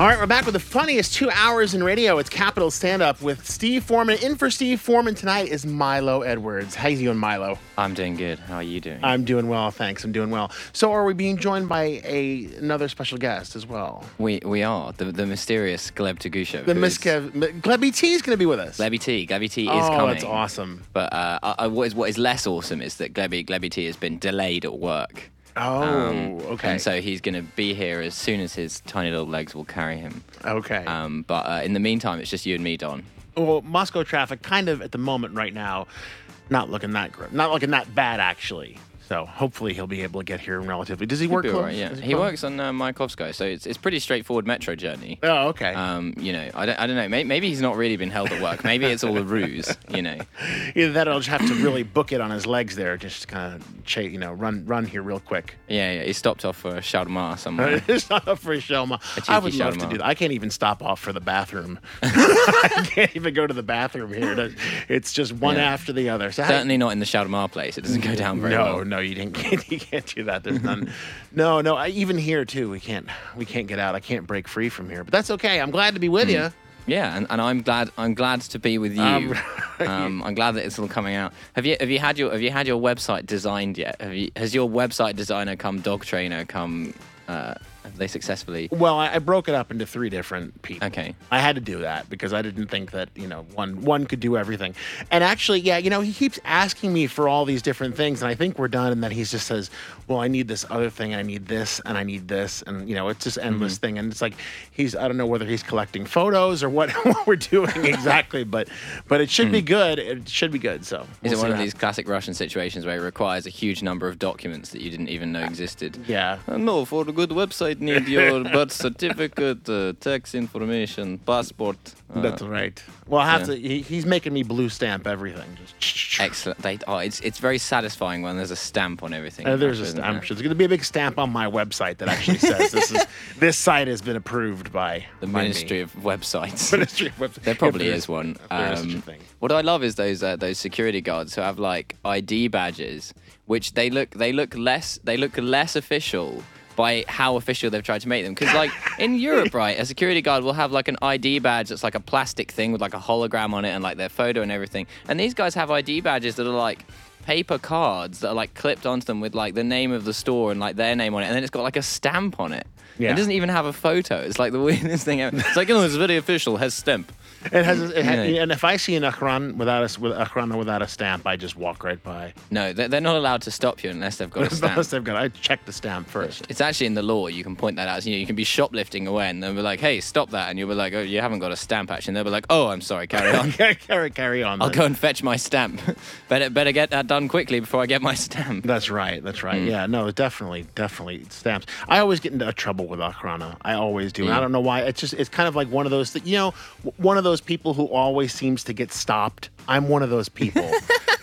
All right, we're back with the funniest two hours in radio. It's Capital Stand Up with Steve Foreman. In for Steve Foreman tonight is Milo Edwards. How you doing, Milo? I'm doing good. How are you doing? I'm doing well, thanks. I'm doing well. So, are we being joined by a another special guest as well? we we are the the mysterious Gleb Tagusha. The Miss Kev, Glebby T is going to be with us. Glebby E T. Glebby T oh, is coming. that's awesome. But uh, I, I, what is what is less awesome is that Glebby Glebby E T has been delayed at work. Oh, Um, okay. And so he's going to be here as soon as his tiny little legs will carry him. okay. Um, but uh, in the meantime, it's just you and me, Don. well, Moscow traffic kind of at the moment right now, not looking that gr- not looking that bad actually. So hopefully he'll be able to get here relatively. Does he work? Be all close? right, yeah. Does He, close? works on uh, Mayakovsky, so it's it's pretty straightforward metro journey. Oh, okay. Um, you know, I don't, I don't know. Maybe, maybe he's not really been held at work. Maybe it's all a ruse. You know. Either that, or I'll just have to really book it on his legs there. Just kind of, cha- you know, run, run here real quick. Yeah, yeah. He stopped off for a shawarma somewhere. it's not up for a Shelma. cheeky I would love to shawarma. do that. I can't even stop off for the bathroom. I can't even go to the bathroom here. It's just one Yeah. after the other. So how- Certainly not in the Shalimar place. It doesn't go down very Mm, no, well. no, you didn't. Can't, you can't do that. There's none. no, no. I, even here too, we can't. We can't get out. I can't break free from here. But that's okay. I'm glad to be with you. Yeah, and, and I'm glad. I'm glad to be with you. Um, Um, I'm glad that it's all coming out. Have you have you had your have you had your website designed yet? Have you, has your website designer come dog trainer come? Uh, have they successfully? Well, I, I broke it up into three different people. Okay. I had to do that because I didn't think that you know one one could do everything. And actually, yeah, you know, he keeps asking me for all these different things, and I think we're done. And then he just says, "Well, I need this other thing, and I need this, and I need this," and you know, it's just Mm-hmm. endless thing. And it's like he's I don't know whether he's collecting photos or what what we're doing exactly, but but it should be good. It should be good. So Mm. Is we'll it see one of what these classic Russian situations where it requires a huge number of documents that you didn't even know existed? happens. Uh, Yeah. Uh, no, for a good website, need your birth certificate, uh, tax information, passport. uh, That's right. Well, I have yeah. to. He, he's making me blue stamp everything. Just Excellent. They, oh, it's it's very satisfying when there's a stamp on everything. Uh, there's a isn't stamp. there? There's going to be a big stamp on my website that actually says this is this site has been approved by The by me. Ministry of Websites. Ministry of Websites. there probably is one. If there is such a Um, thing. What I love is those uh, those security guards who have like ID badges, which they look they look less they look less official by how official they've tried to make them. Because like in Europe, right, a security guard will have like an ID badge that's like a plastic thing with like a hologram on it and like their photo and everything. And these guys have ID badges that are like paper cards that are like clipped onto them with like the name of the store and like their name on it and then it's got like a stamp on it Yeah. it doesn't even have a photo it's like the weirdest thing ever it's like oh it's very official has stamp It has. It ha- Yeah. And if I see an Akran without a s- with Akran without a stamp, I just walk right by. No, they're, they're not allowed to stop you unless they've got a stamp. Unless they've got. I check the stamp first. It's actually in the law. You can point that out. You know, you can be shoplifting away, and they'll be like, "Hey, stop that!" And you'll be like, "Oh, you haven't got a stamp, actually." And they'll be like, "Oh, I'm sorry. Carry on. carry carry on. I'll then. go and fetch my stamp. better better get that done quickly before I get my stamp." That's right. That's right. Mm. Yeah. No. Definitely. Definitely stamps. I always get into trouble with Akrana. I always do. And I Yeah. don't know why. It's just it's kind of like one of those that you know, w- one of those people who always seems to get stopped. I'm one of those people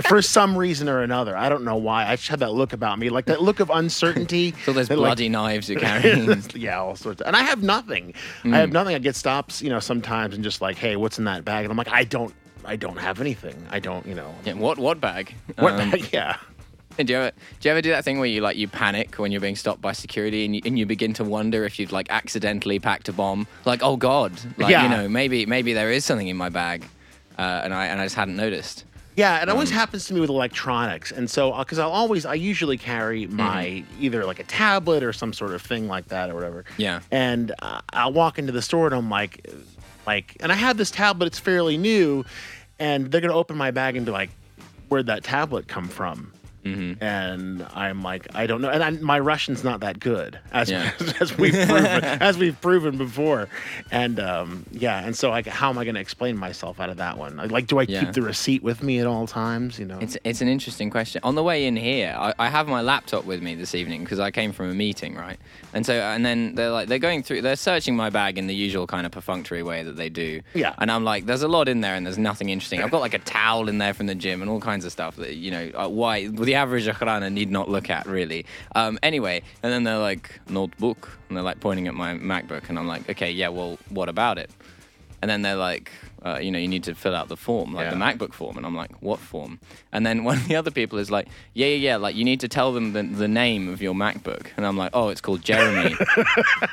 for some reason or another. I don't know why. I just have that look about me, like that look of uncertainty. It's all those that, like, bloody Mm. knives you're carrying. yeah, all sorts. Of, and I have nothing. I have nothing. I get stops, you know, sometimes and just like, hey, what's in that bag? And I'm like, I don't, I don't have anything. I don't, you know. Yeah, what what bag? What- Um, yeah. do you ever do you ever do that thing where you like you panic when you're being stopped by security and you, and you begin to wonder if you've like accidentally packed a bomb? Like, oh god, like Yeah. you know, maybe maybe there is something in my bag, uh, and I and I just hadn't noticed. Yeah, it always Um, happens to me with electronics, and so because I'll always, I usually carry Mm-hmm. my either like a tablet or some sort of thing like that or whatever. Yeah. and uh, I'll walk into the store and I'm like, like, and I have this tablet; it's fairly new, and they're gonna open my bag and be like, "Where'd that tablet come from?" Mm-hmm. And I'm like, I don't know, and I, my Russian's not that good, as Yeah. as we've proven, as we've proven before, and um, yeah, and so like, how am I going to explain myself out of that one? Like, do I Yeah. keep the receipt with me at all times? You know, It's it's an interesting question. On the way in here, I, I have my laptop with me this evening because I came from a meeting, right? And so and then they're like they're going through they're searching my bag in the usual kind of perfunctory way that they do. Yeah. And I'm like, there's a lot in there and there's nothing interesting. I've got like a towel in there from the gym and all kinds of stuff that you know uh, why the average Akhrana need not look at really. Um, anyway, and then they're like notebook and they're like pointing at my MacBook and I'm like, okay, yeah, well, what about it? And then they're like, uh, you know, you need to fill out the form, like the Yeah. MacBook form. And I'm like, what form? And then one of the other people is like, yeah, yeah, yeah, like you need to tell them the, the name of your MacBook. And I'm like, oh, it's called Jeremy.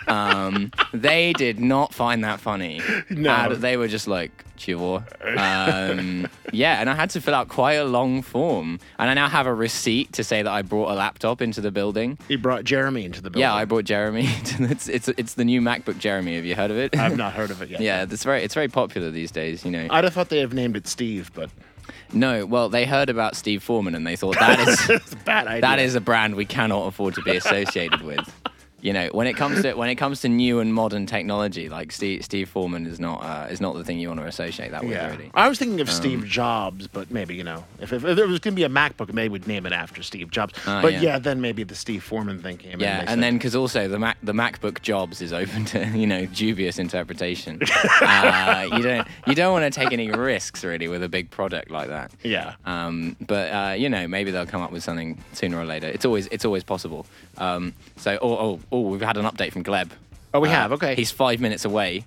um, they did not find that funny. No. Uh, they were just like, Chivor. Um, yeah, and I had to fill out quite a long form. And I now have a receipt to say that I brought a laptop into the building. He brought Jeremy into the building. Yeah, I brought Jeremy. to- it's, it's, it's the new MacBook Jeremy. Have you heard of it? I've not heard of it yet. yeah, it's very, it's very popular these days, you know. I'd have thought they have named it Steve, but No, well, they heard about Steve Foreman and they thought that is it's a bad idea. that is a brand we cannot afford to be associated with. You know, when it comes to when it comes to new and modern technology, like Steve Steve Foreman is not uh, is not the thing you want to associate that with. Yeah. Really, I was thinking of Steve Um, Jobs, but maybe, you know, if, if, if there was going to be a MacBook, they would name it after Steve Jobs. Ah, but yeah. yeah. then maybe the Steve Foreman thing came yeah, in. they and said- then because also the Mac the MacBook Jobs is open to you know dubious interpretation. uh, you don't you don't want to take any risks really with a big product like that. Yeah. Um, but uh, you know, maybe they'll come up with something sooner or later. It's always it's always possible. Um, so oh oh oh, we've had an update from Gleb. Uh, Oh, we have? Okay. He's five minutes away.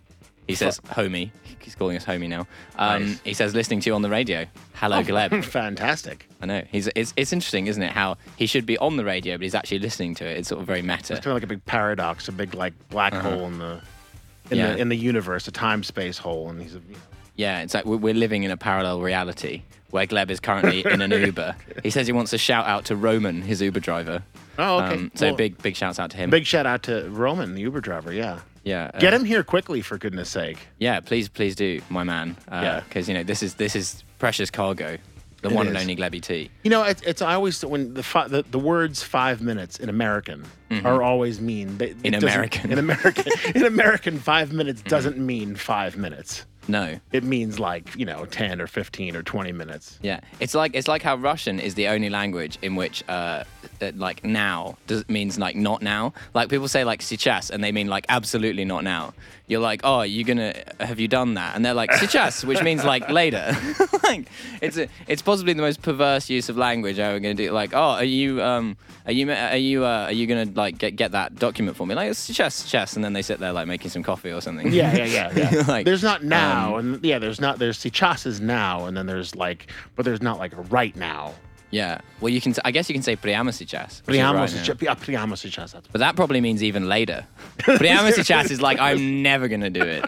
He says, "Homie." He's calling us homie now. Um, Nice. Oh. He says, "Listening to you on the radio." Hello, Gleb. Fantastic. I know. He's it's, it's interesting, isn't it? How he should be on the radio, but he's actually listening to it. It's sort of very It's kind meta. of like a big paradox, a big, like, black hole in the. In, Uh-huh. Yeah. the, in the universe, a time space hole, and he's a, you know, Yeah, it's like we're, we're living in a parallel reality where Gleb is currently in an Uber. He says he wants a shout out to Roman, his Uber driver. Oh, okay. Um, so Well- big big shouts out to him. big shout out to Roman, the Uber driver. Yeah, yeah. uh, get him here quickly for goodness sake. Yeah, please, please do, my man. Uh Yeah. 'cause Because you know this is this is precious cargo, the It one and is. only Glebby T. You know, it's, it's I always when the, fi- the the words five minutes in American are always mean. They, it In doesn't- American. Mm-hmm. in American, Mm-hmm. in American, five minutes doesn't mean five minutes. No. It means like you know, ten or fifteen or twenty minutes. Yeah, it's like it's like how Russian is the only language in which uh, that, like now does, means like not now. Like people say like сейчас and they mean like absolutely not now. You're like, oh, you gonna have you done that? And they're like сейчас, which means like later. like it's a, it's possibly the most perverse use of language I'm gonna do. Like, oh, are you um are you are you uh, are you gonna like get get that document for me? Like сейчас сейчас, and then they sit there like making some coffee or something. Yeah, yeah, yeah. yeah. Like, there's not now, and yeah, there's not there's Sichas is now, and then there's like, but there's not like a right now. yeah. Well, you can. s- I guess you can say прямо сейчас. which is Priamo right now. Sichas, yeah, Priamo Sichas. That's But that probably means even later. Priamo сейчас is like, I'm never going to do it.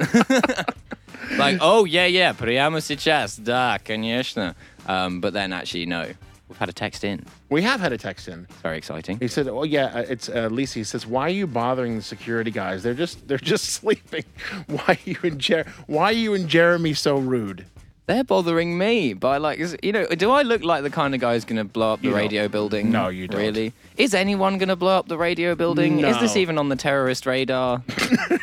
like, oh, yeah, yeah, Priamo сейчас, да, конечно. Um, but then actually, no. We've had a text in. we have had a text in. It's very exciting. He said, "Oh yeah, uh, it's uh, Lisa." He says, "Why are you bothering the security guys? They're just they're just sleeping. Why are you and Jer- Why are you and Jeremy so rude?" They're bothering me by like, is- you know, do I look like the kind of guy who's going to blow up the You don't. radio building? No, you don't. Really? Is anyone going to blow up the radio building? Is this No. even on the terrorist radar?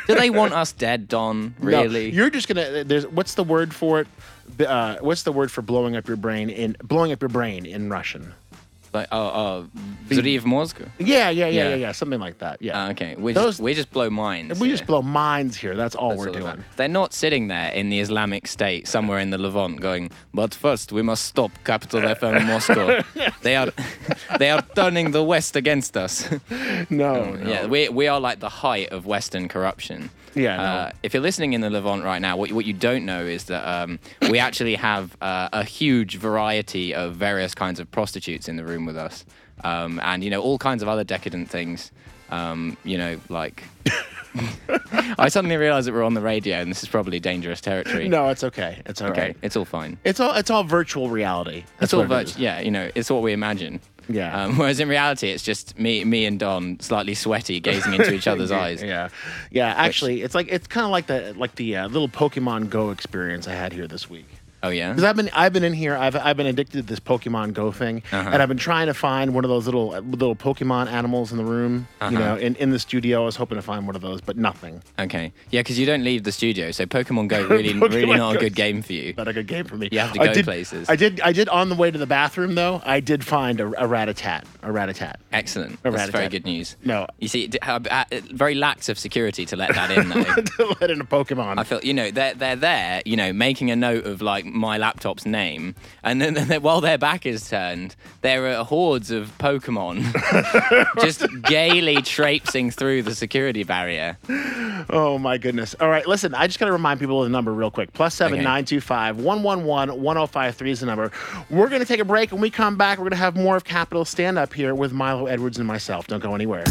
do they want us dead, Don? No, Really? you're just gonna. uh, There's what's the word for it? B- Uh, what's the word for blowing up your brain in blowing up your brain in Russian? like, oh, oh, Zriv Moscow. Yeah, yeah, yeah, yeah, Yeah. yeah, something like that. Yeah. Ah, okay, we Those- just we just blow mines. we here. just blow minds here. That's all we're sort of doing. like- They're not sitting there in the Islamic State somewhere in the Levant going, but first we must stop Capital FM Moscow. they are they are turning the West against us. No, no. Oh, yeah, we, we are like the height of Western corruption. Yeah, no. Uh, if you're listening in the Levant right now, what, you- what you don't know is that um, we actually have uh, a huge variety of various kinds of prostitutes in the room with us. Um, and, you know, all kinds of other decadent things. Um, you know, like. I suddenly realized that we're on the radio and this is probably dangerous territory. no, it's okay. It's okay. Right, It's all fine. It's all it's all virtual reality. It's That's all what it is. virtual. Yeah, you know, it's what we imagine. Yeah. Um, whereas in reality, it's just me, me and Don, slightly sweaty, gazing into each other's eyes. Yeah, yeah. Actually, it's like it's kind of like the like the uh, little Pokemon Go experience I had here this week. Oh yeah. Because I've been I've been in here. I've I've been addicted to this Pokemon Go thing, Uh-huh. and I've been trying to find one of those little little Pokemon animals in the room. Uh-huh. You know, in, in the studio, I was hoping to find one of those, but nothing. Okay. Yeah, because you don't leave the studio, so Pokemon Go really, Pokemon really not a Go's- good game for you. Not a good game for me. You have to I go did- places. I did I did on the way to the bathroom though. I did find a, a Ratatat. A Ratatat. Excellent. That's Erratic very app. good news. No. You see, d- how- uh, very lax of security to let that in, though. Let in a Pokemon. I feel, you know, they're, they're there, you know, making a note of like my laptop's name, and then, then while their back is turned, there are hordes of Pokemon just gaily traipsing through the security barrier. Oh my goodness. All right, listen, I just gotta remind people of the number real quick. Plus seven Okay. nine two five one one one one oh five three is the number. We're gonna take a break. When we come back, we're gonna have more of Capital Stand Up here with Milo Edwards and myself. Don't go anywhere.